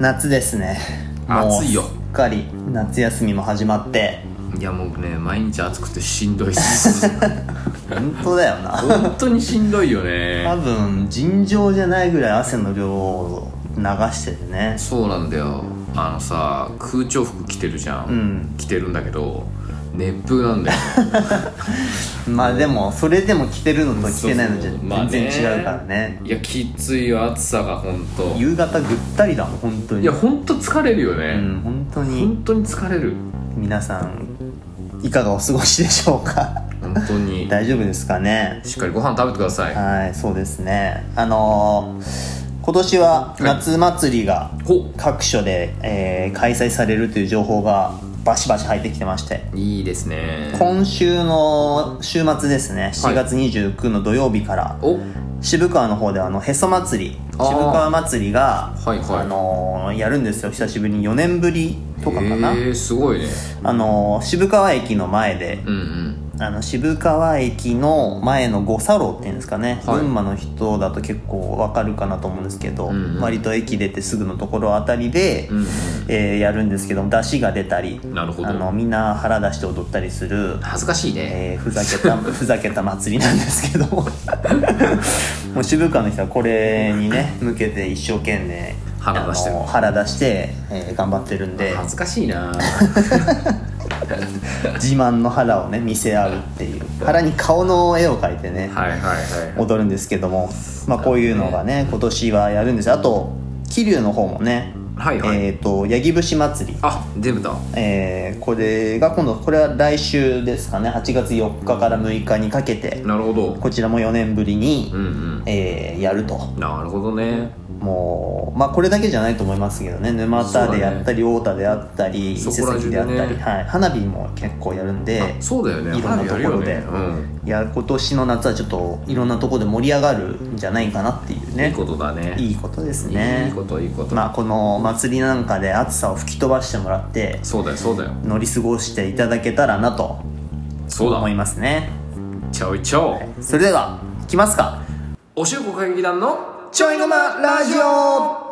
夏ですねもう暑いよすっかり夏休みも始まっていやもうね毎日暑くてしんどいっ す本当だよ な本当にしんどいよね多分尋常じゃないぐらい汗の量を流しててねそうなんだよあのさ空調服着てるじゃん、うん着てるんだけど熱風なん だよまあでもそれでも着てるのと着てないのじゃそうそうまあね全然違うからねいやきついよ暑さが本当夕方ぐったりだもん本当にいや本当疲れるようね、ん本当に本当に疲れる皆さんいかがお過ごしでしょうか本当に大丈夫ですかねしっかりご飯食べてくださいはいそうですねあのー今年は夏祭りがほ各所で、えー開催されるという情報がバシバシ入ってきてましていいですね今週の週末ですねは7い月29の土曜日からお渋川の方であのへそ祭り渋あー川祭りがはいはいあのーやるんですよ久しぶりに4年ぶりとかかなえー、すごいねあのー渋川駅の前でうんうんあの渋川駅の前の五差路っていうんですかね、はい群馬の人だと結構わかるかなと思うんですけど、んうん割と駅出てすぐのところあたりで、うんえーやるんですけど出汁が出たりなるほどあのみんな腹出して踊ったりする、恥ずかしいね、えーふざけ たふざけた祭りなんですけど ももう渋川の人はこれにね向けて一生懸命腹出してるあの腹出して、えー頑張ってるん で恥ずかしいな自慢の腹をね見せ合うっていう腹に顔の絵を描いてね、はいはいはい踊るんですけども、まあ、こういうのがね今年はやるんですあと桐生の方もね、はいはいえっ、と八木節祭りあデブだえーこれが今度これは来週ですかね8月4日から6日にかけてなるほどこちらも4年ぶりに、うんうんえーやるとなるほどねもうまあこれだけじゃないと思いますけどね沼田でやったり太田であったり伊勢そこら崎中でであねったり、はい、花火も結構やるんであそうだよねいろんなところで、花火やるよねいや今年の夏はちょっといろんなところで盛り上がるんじゃないかなっていううん、いねいことだねいいことですねいいこといいこと、まあこの祭りなんかで暑さを吹き飛ばしてもらってそうだよそうだよ乗り過ごしていただけたらなとそうだ思いますねちょいちょいそれではいきますかおしゅうこ歌劇団のちょいのまラジオ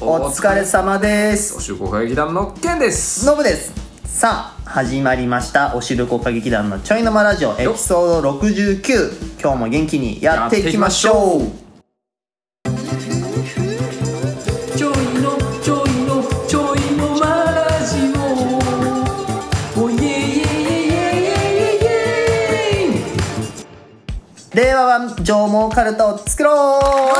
お疲れ様でおすしゅうこ歌劇団のケンですノブですさあ始まりましたおしるこ歌劇団のちょいのまラジオエピソード69今日も元気にやっていきましょうちょいのちょいのちょいのマラジオおいえいえいえいえいえいえい令和版上毛かるたを作ろう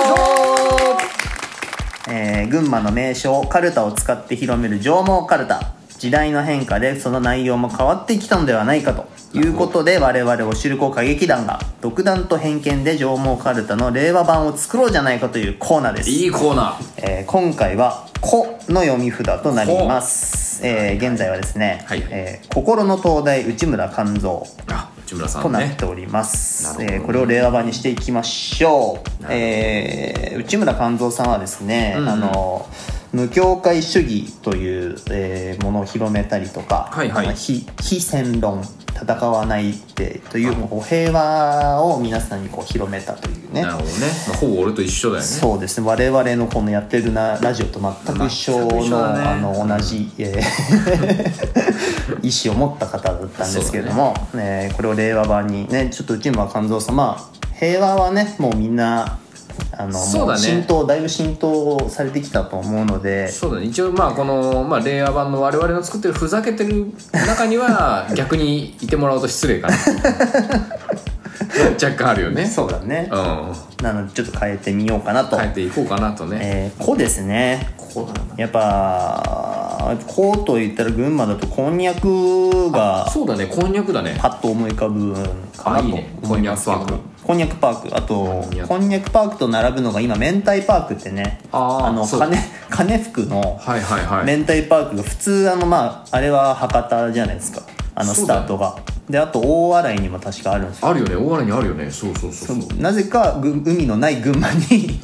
えー群馬の名所かるたを使って広める上毛かるた時代の変化でその内容も変わってきたのではないかということで我々おしるこ歌劇団が独断と偏見で上毛かるたの令和版を作ろうじゃないかというコーナーですいいコーナーえー今回は「こ」の読み札となります、えー現在はですね、はいはいえー心の灯台内村勘三あ内村さとんなっねております、なるほどねえーこれを令和版にしていきましょう、なるほどえー内村勘三さんはですね、うんあの無教会主義という、えーものを広めたりとか、はいはいあの非非戦論戦わないってというこう平和を皆さんにこう広めたというねなるほどね、まあ、ほぼ俺と一緒だよねそうですね我々のこのやってるなラジオと全く一緒全くの,、一緒だねあの同じ、え ー意思を持った方だったんですけれども、ねこれを令和版にねちょっと内村勘三様平和はねもうみんなあのそうもだうね浸透だいぶ浸透されてきたと思うのでそうだね一応まあこの、まあ、令和版の我々の作ってるふざけてる中には 逆にいてもらうと失礼かな若干あるよねそうだねう、なのでちょっと変えてみようかなと、ん変えていこうかなとね、えー、こですねこうだなやっぱこうと言ったら群馬だとこんにゃくがそうだねこんにゃくだねパッと思い浮かぶかなあといい思ねいますけどこんにゃくパークこんにゃくパークあとこんにゃくこんにゃくパークと並ぶのが今明太パークってねあーのそう金金服のはいはいはい明太パークが普通あのまああれは博多じゃないですかあのそスうタだよートがであと大洗にも確かあるんですよあるよね大洗にあるよねそうそうそうそうなぜかぐ海のない群馬に金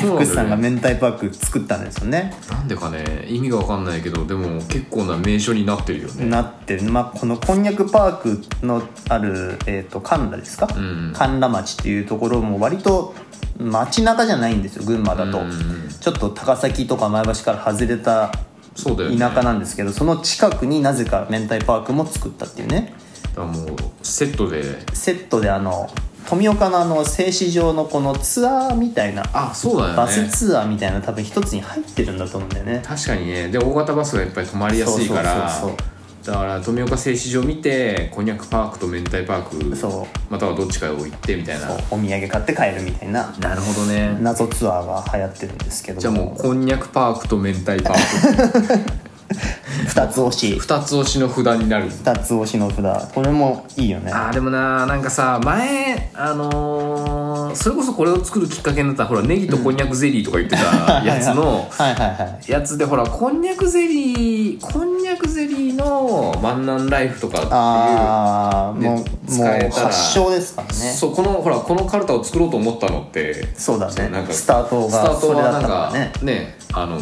福さんが明太パック作ったんですよねなんでかね意味が分かんないけどでも結構な名所になってるよねなってる、まあ、このこんにゃくパークのある、えー、と神田ですか、ん神田町っていうところも割と街中じゃないんですよ群馬だと、うんちょっと高崎とか前橋から外れたそうだよね田舎なんですけどその近くになぜか明太パークも作ったっていうねだからもうセットでセットであの富岡のあの製糸場のこのツアーみたいなあそうだよねバスツアーみたいな多分一つに入ってるんだと思うんだよね確かにねで大型バスがやっぱり止まりやすいからそうそうそうだから富岡製糸場見てこんにゃくパークと明太パークそまたはどっちかを行ってみたいなお土産買って帰るみたいななるほどね謎ツアーが流行ってるんですけどじゃあもうこんにゃくパークと明太パ ーク2つ押し二つ推しの札になる2つ押しの札これもいいよねあーでもななんかさ前あのーそれこそこれを作るきっかけになったほらネギとこんにゃくゼリーとか言ってたやつのはいはいはいやつでほらこんにゃくゼリーこんにゃくゼリーの万南ライフとかっていうああもうもねう使えたら発祥ですからねそうこのほらこのカルタを作ろうと思ったのってそうだねなんかスタートがスタートはなんかそれだったからねあの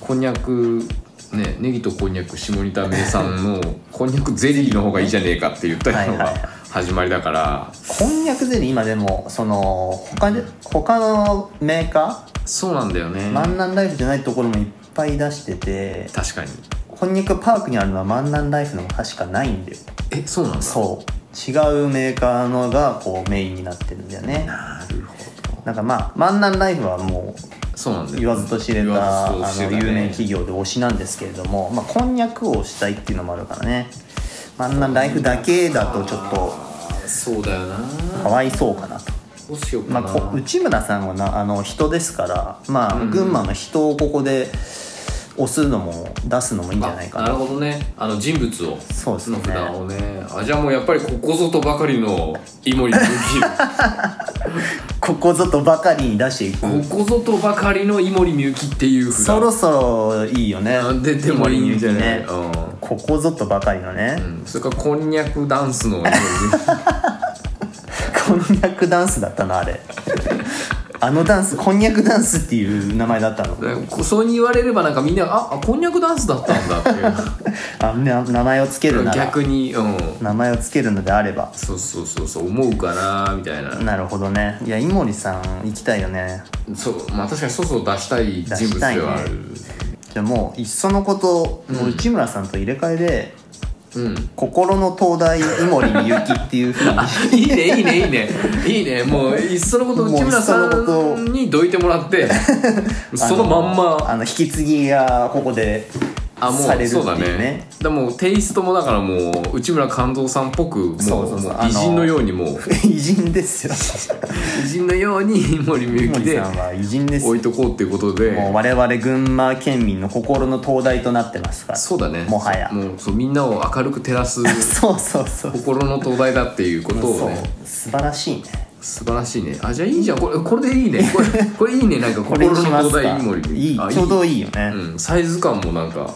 こんにゃくねネギとこんにゃく下仁田名産 のこんにゃくゼリーの方がいいじゃねえかって言ったのはいがはい始まりだから、こんにゃくゼリー今でもその他で他のメーカそうなんだよねー万南ライフじゃないところもいっぱい出してて確かにこんにゃくパークにあるのは万南ライフの確かないんだよえそうなんだそう違うメーカーのがこうメインになってるんだよねなるほどなんかまあ万南ライフはもうそうなんだよ言わずと知れた言あわのずと知れたね有名企業で推しなんですけれども、まあ、こんにゃくを推したいっていうのもあるからねあんなライフだけだとちょっとあーそうだよなかわいそうかなと、どうしようまかあな、こ、内村さんはなあの人ですから、まあ、うん群馬の人をここで押すのも出すのもいいんじゃないかあなるほどねあの人物をそうですねの札をねあじゃあもうやっぱりここぞとばかりの井森美 ここぞとばかりに出していく、幸ここぞとばかりの井森美幸っていう札そろそろいいよね出てもいいんじゃない、ねうんここぞとばかりのね、うんそれからこんにゃくダンスの井森美幸こんにゃくダンスだったなあれあのダンスこんにゃくダンスっていう名前だったのねこそう言われればなんかみんなああこんにゃくダンスだったん だってあな名前をつけいるうなら逆にうん名前をつけるのであればそうそうそうそう思うかなみたいななるほどねいや井森さん行きたいよねそうまあ確かにそうそう出したい人物ではある、じゃあもういっそのこと、もう内村さんと入れ替えでうん「心の灯台井森美幸」っていうふうにいいねいいねいいねいいねもういっそのこともう内村さいっそのことんにどいてもらって そのまんあまの引き継ぎがここであもうされるってそういだうねねでもテイストもだからもう内村勘三さんっぽくもうそうそうそうもあの偉人のようにもう偉人ですよ偉人のよ うに井森美井幸森 でさんは偉人ですよ置いとこうっていうことでもう我々群馬県民の心の灯台となってますからそうだねもはやもうそうみんなを明るく照 らすそうそうそう心の灯台だっていうことをそうね素晴らしいね素晴らしいねあじゃあいいじゃんこれこれでいいねこれこれいいねなんかこれ心にしまのす灯か台井森美いいあちょうどいいよね、うん、サイズ感もなんか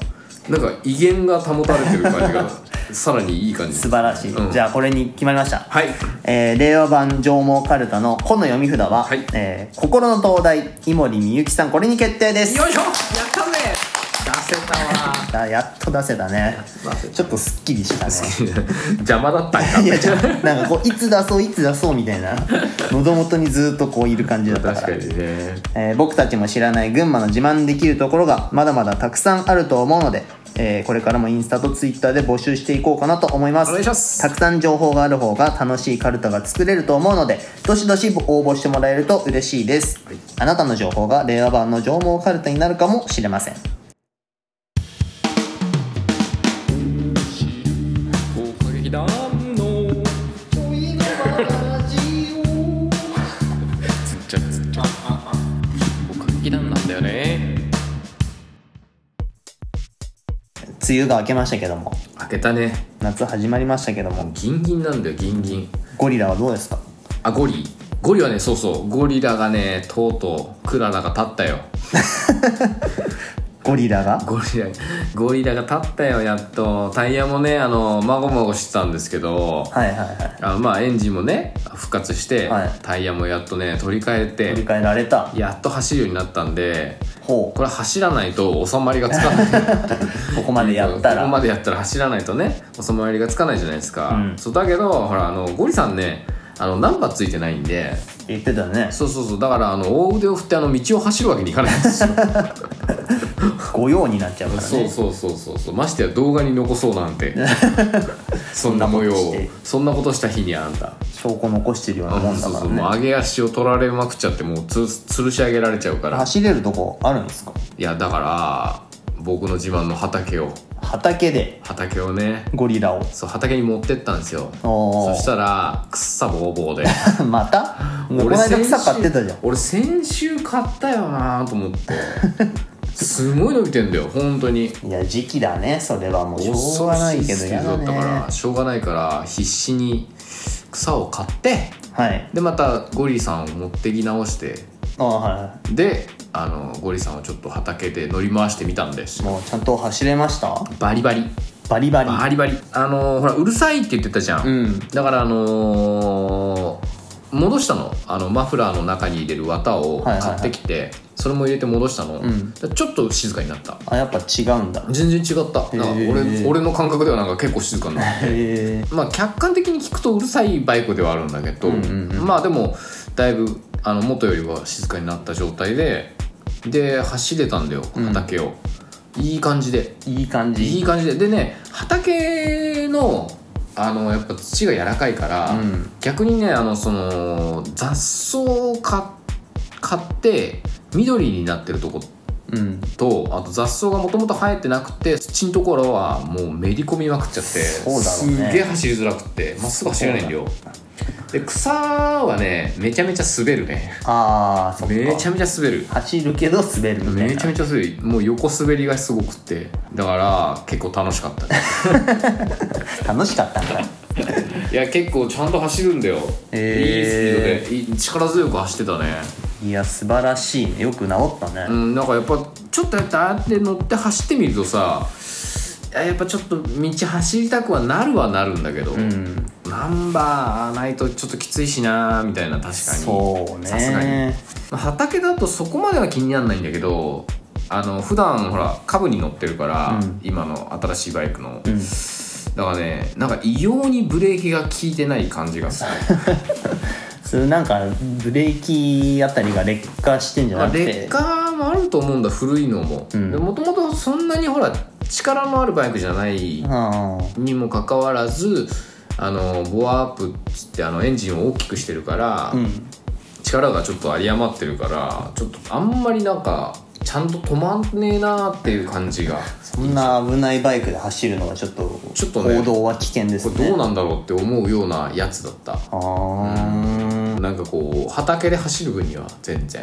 なんか威厳が保たれてる感じ がさらにいい感じ素晴らしい、うんじゃあこれに決まりました、はいえー令和版上毛かるたの「こ」の読み札は、はいえー心の灯台井森美幸さんこれに決定ですよいしょやったぜ出せたわあやっと出せたね出せたちょっとすっきりしたね邪魔だったんかいやじゃあなんかこういつ出そういつ出そうみたいな喉元にずっとこういる感じだったから確かにねえー僕たちも知らない群馬の自慢できるところがまだまだたくさんあると思うので、えーこれからもインスタとツイッターで募集していこうかなと思いますお願いしますたくさん情報がある方が楽しいカルタが作れると思うのでどしどし応募してもらえると嬉しいです、あなたの情報が令和版の上毛カルタになるかもしれません攻撃団のつっちゃつっちゃ攻撃団なんだよね梅雨が明けましたけども開けたね夏始まりましたけどもギンギンなんだよギンギンゴリラはどうですかあゴリゴリはねそうそうゴリラがねとうとうクララが立ったよゴリラがゴリラゴリラが立ったよやっとタイヤもねあのまごまごしてたんですけどはいはいはいあまあエンジンもね復活して、はいタイヤもやっとね取り替え振りて返られたやっと走るようになったんでほうこれ走らないと収まりがつかないここまで やったらここまでやったら走らないとね収まりがつかないじゃないですか、うんそうだけどほらあのゴリさんねあのナンバーついてないんで言ってたねそうそうそうだからあの大腕を振ってあの道を走るわけにいかないんですよ御用になっちゃうからねそうそうそうそうそうましてや動画に残そうなん てそんな模様そんなことしをてそんなことした日にあんた証拠残してるようなもんだそうかそうもうらね上げ足を取られまくっちゃってもうつ吊るし上げられちゃうから走れるとこあるんですかいやだから僕の自慢の畑を畑で畑をねゴリラをそう畑に持ってったんですよおそしたらくっさぼう ぼうでーまたこの間草買ってたじゃん俺先週買ったよなと思って すごい伸びてんだよ本当にいや時期だねそれはもうしょうがないけど恐ろしスピやードだだっねたからしょうがないから必死に草を買ってはいでまたゴリさんを持ってき直してあはであのゴリさんをちょっと畑で乗り回してみたんですいもうちゃんと走れましたバリバリバリバリバリバリあのーほらうるさいって言ってたじゃん、うんだからあのー戻したのあのマフラーの中に入れる綿をはいはいはい買ってきて、それも入れて戻したの、んだからちょっと静かになったあやっぱ違うんだ全然違ったなんか俺へー俺の感覚ではなんか結構静かになってへえまあ客観的に聞くとうるさいバイクではあるんだけど、まあでもだいぶあの元よりは静かになった状態でで走れたんだよ畑を、いい感じでいい感じいい感じででね畑のあのやっぱ土が柔らかいから、うん逆にねあのその雑草をか買って緑になってるとこうんとあと雑草がもともと生えてなくて土のところはもうめり込みまくっちゃってそうだろうねすげえ走りづらくってまっすぐ走れないんだよで草はねめちゃめちゃ滑るねああそっかめちゃめちゃ滑る走るけど滑るみたいめちゃなめちゃ滑るもう横滑りがすごくってだから結構楽し かったね楽しかったんだいや結構ちゃんと走るんだよ、へいいスピードでい力強く走ってたねいや素晴らしいねよく治ったうねんなんかやっぱちょっとやってああやって乗って走ってみるとさあやっぱちょっと道走りたくはなるはなるんだけど、うんナンバーないとちょっときついしなみたいな確かにそうねさすがにまあ畑だとそこまでは気にならないんだけどあの普段ほら株に乗ってるから、うん今の新しいバイクの、んだからねなんか異様にブレーキが効いてない感じが するそれなんかブレーキあたりが劣化してんじゃまあ、なくて劣化もあると思うんだ古いのもうんもともとそんなにほら力のあるバイクじゃないああにもかかわらずあのボアアップっつってあのエンジンを大きくしてるから、うん力がちょっと有り余ってるからちょっとあんまりなんかちゃんと止まんねえなっていう感じがそんな危ないバイクで走るのはちょっとちょっとね行動は危険ですこねれどうなんだろうって思うようなやつだったあーなんかこう畑で走る分には全 然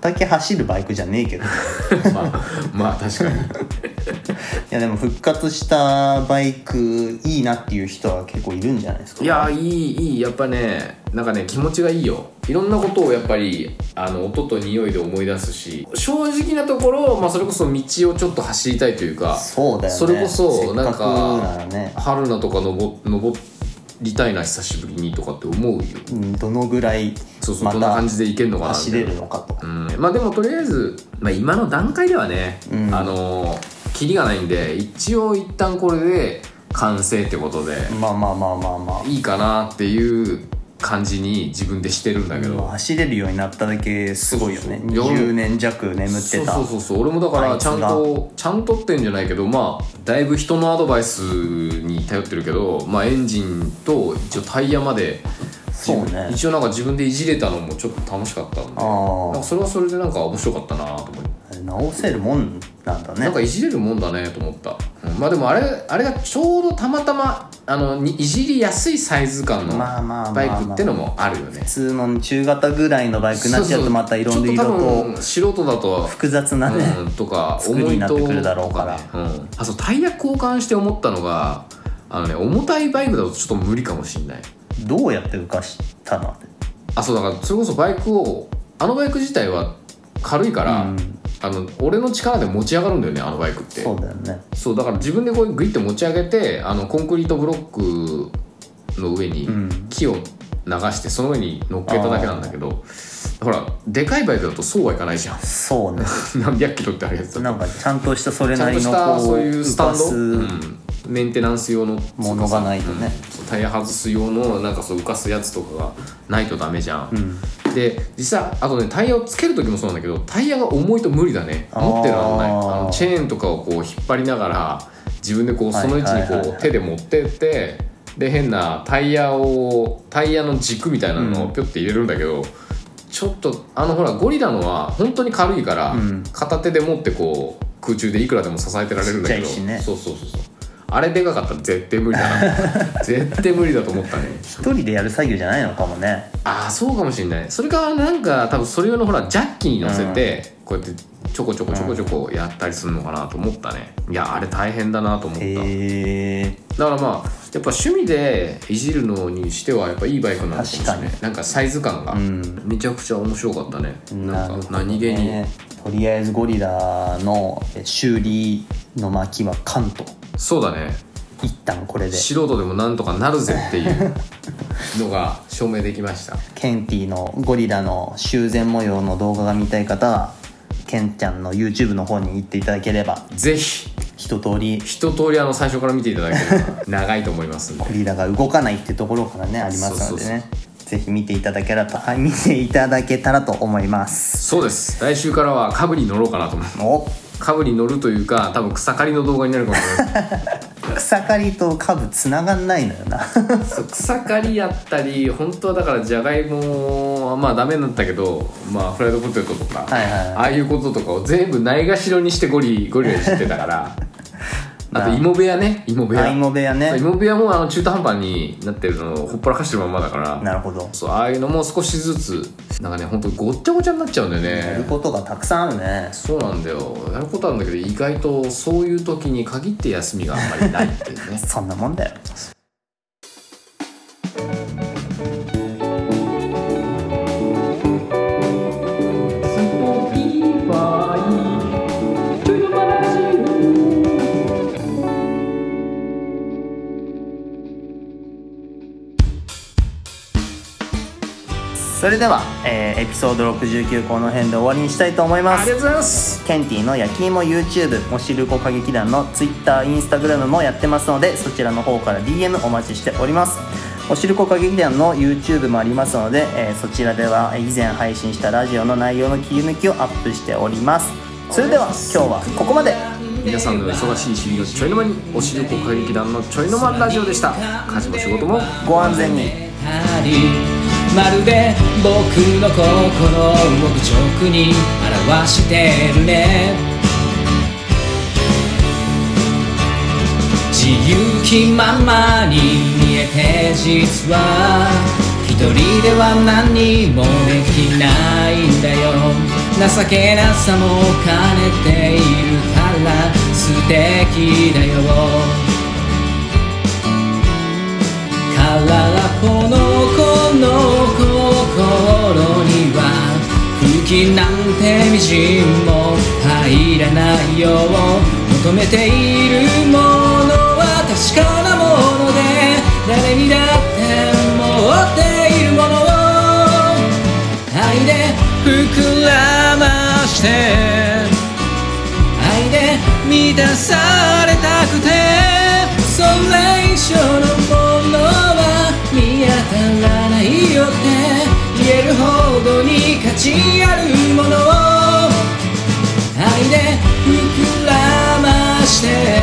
畑走るバイクじゃね えけどいまあまあ確かにやでも復活したバイクいいなっていう人は結構いるんじゃないですかいやいいいいやっぱねなんかね気持ちがいいよいろんなことをやっぱりあの音と匂いで思い出すし正直なところ、まあ、それこそ道をちょっと走りたいというかそうだよねそれこそせっかくならね春菜とか登登りたいな久しぶりにとかって思うようんどのぐらいそうそうまどんなた感じで行けるのかなみたい走なれるのかとうんまあでもとりあえず、まあ、今の段階ではね、うんあのキリがないんで一応一旦これで完成ってことで、まあまあまあまあまあいいかなっていう感じに自分でしてるんだけまどあ走れるようになっただけすごいよねそうそう20年弱眠ってたそうそうそうそう俺もだからあいつちゃがんとちゃんとってんじゃないけどまあだいぶ人のアドバイスに頼ってるけど、まあ、エンジンと一応タイヤまで自分そうね一応なんか自分でいじれたのもちょっと楽しかったんでなんあかあそれはそれでなんか面白かったなと思って。直せるもんなんだなんねかいじれるもんだねと思った、うんまあでもあれあれがちょうどたまたまあのにいじりやすいサイズ感のまあまあまあまあバイクってのもあるよね普通の中型ぐらいのバイクになっちゃうとまたいろんな色ちょっと多と分素人だと複雑なねうん、とか作りになってくるだろうから重いとうんあそうタイヤ交換して思ったのがあのね重たいバイクだとちょっと無理かもしんないどうやって浮かしたのあそうだからそれこそバイクをあのバイク自体は軽いから、うんあの俺の力で持ち上がるんだよねあのバイクってそうだよねそうだから自分でこうグイッて持ち上げてあのコンクリートブロックの上にん木を流してその上に乗っけただけなんだけどほらでかいバイクだとそうはいかないじゃん そうね何百キロってあるやつだとなんかちゃんとしたそれちゃなんとりしのたこそうういうスタンド、浮うかんメンテナンス用のすものがないとねタイヤ外す用のなんかそう浮かすやつとかがないとダメじゃん、んで実際あとねタイヤをつける時もそうなんだけどタイヤが重いと無理だね持ってらんないあーあのチェーンとかをこう引っ張りながら自分でこうはいその位置にはいはいこはいう手で持ってってで変なタイヤをタイヤの軸みたいなのうをピョって入れるんだけど、ちょっとあのほらゴリラのは本当に軽いから、ん片手で持ってこう空中でいくらでも支えてられるんだけどちっちゃいしねそうそうそうそうあれでかかったら絶対無理だ な絶対無理だと思ったね一人でやる作業じゃないのかもねああそうかもしれないそれかなんか多分それ用のほらジャッキに乗せて、こうやってちょこちょこちょこちょこやったりするのかなと思ったねいやあれ大変だなと思った、へえだからまあやっぱ趣味でいじるのにしてはやっぱいいバイクなのかもしれな確いなんかサイズ感がんめちゃくちゃ面白かったね、ななるんほかどね何気に、とりあえずゴリラの修理の巻は関東そうだね一旦これで素人でもなんとかなるぜっていう のが証明できましたケンティのゴリラの修繕模様の動画が見たい方はケンちゃんの YouTube の方に行っていただければぜひ一通り一通りあの最初から見ていただけれ ば長いと思いますんでゴリラが動かないってところからねありますのでねぜひ見ていただけたらと見ていただけたらと思いますそうです来週からは株に乗ろうかなと思うお株に乗るというか多分草刈りの動画になるかもしれ ない草刈りと株つながんないのよなそう草刈りやったり本当はだからじゃがいもはまあダメになったけど、まあ、フライドポテトとか、はいはいはいああいうこととかを全部ないがしろにしてゴリゴリラいじってたから あと芋部屋ね芋部あ屋いも部屋そうね芋部屋もあの中途半端になってるのをほっぽらかしてるまんまだからなるほどそうああいうのも少しずつなんかね本当ごっちゃごちゃになっちゃうんだよやるねことがたくさんあるねそうなんだよやることあるんだけど意外とそういう時に限って休みがあんまりないっていうねそんなもんだよそれでは、えーエピソード69この辺で終わりにしたいと思いますありがとうございますケンティの焼き芋 YouTube おしるこ歌劇団の Twitter、Instagram もやってますのでそちらの方から DM お待ちしておりますおしるこ歌劇団の YouTube もありますので、えーそちらではえー以前配信したラジオの内容の切り抜きをアップしておりますそれでは今日はここまで皆さんの忙しい日々のちょいの間におしるこ歌劇団のちょいの間ラジオでした家事も仕事もご安全にまるで僕の心を動く直に表してるね自由気ままに見えて実は一人では何にもできないんだよ情けなさも兼ねているから素敵だよからこの子の心には空気なんてみじんも入らないよ求めているものは確かなもので誰にだって持っているものを愛で膨らまして愛で満たされたくてそれ以上のものは見当たらないよって言えるほどに価値あるものを愛で膨らまして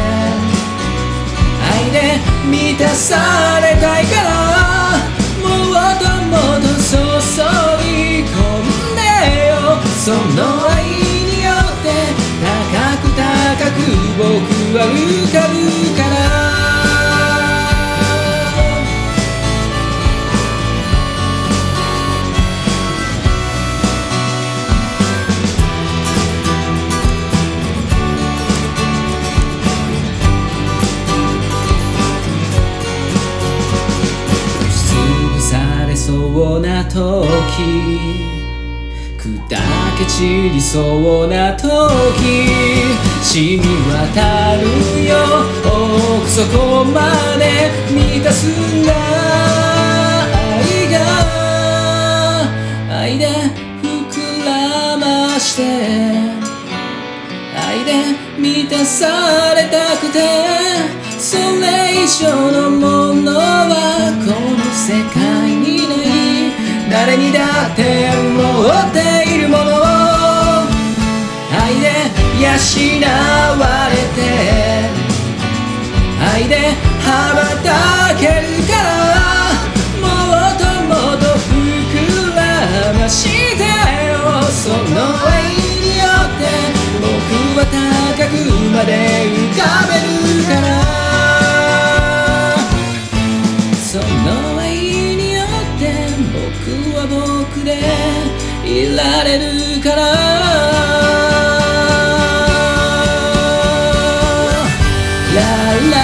愛で満たされたいからもっともっと注ぎ込んでよその愛によって高く高く僕は浮かぶから潰されそうな時砕け散りそうな時染み渡るよ奥底まで満たすんだ愛が愛で膨らまして愛で満たされたくてそれ以上のものはこの世界にない誰にだって持っているものを愛で養われて愛で羽ばたけるからもっともっと膨らましてよその愛によって僕は高くまで浮かべるからその愛によって僕は僕でいられるからララ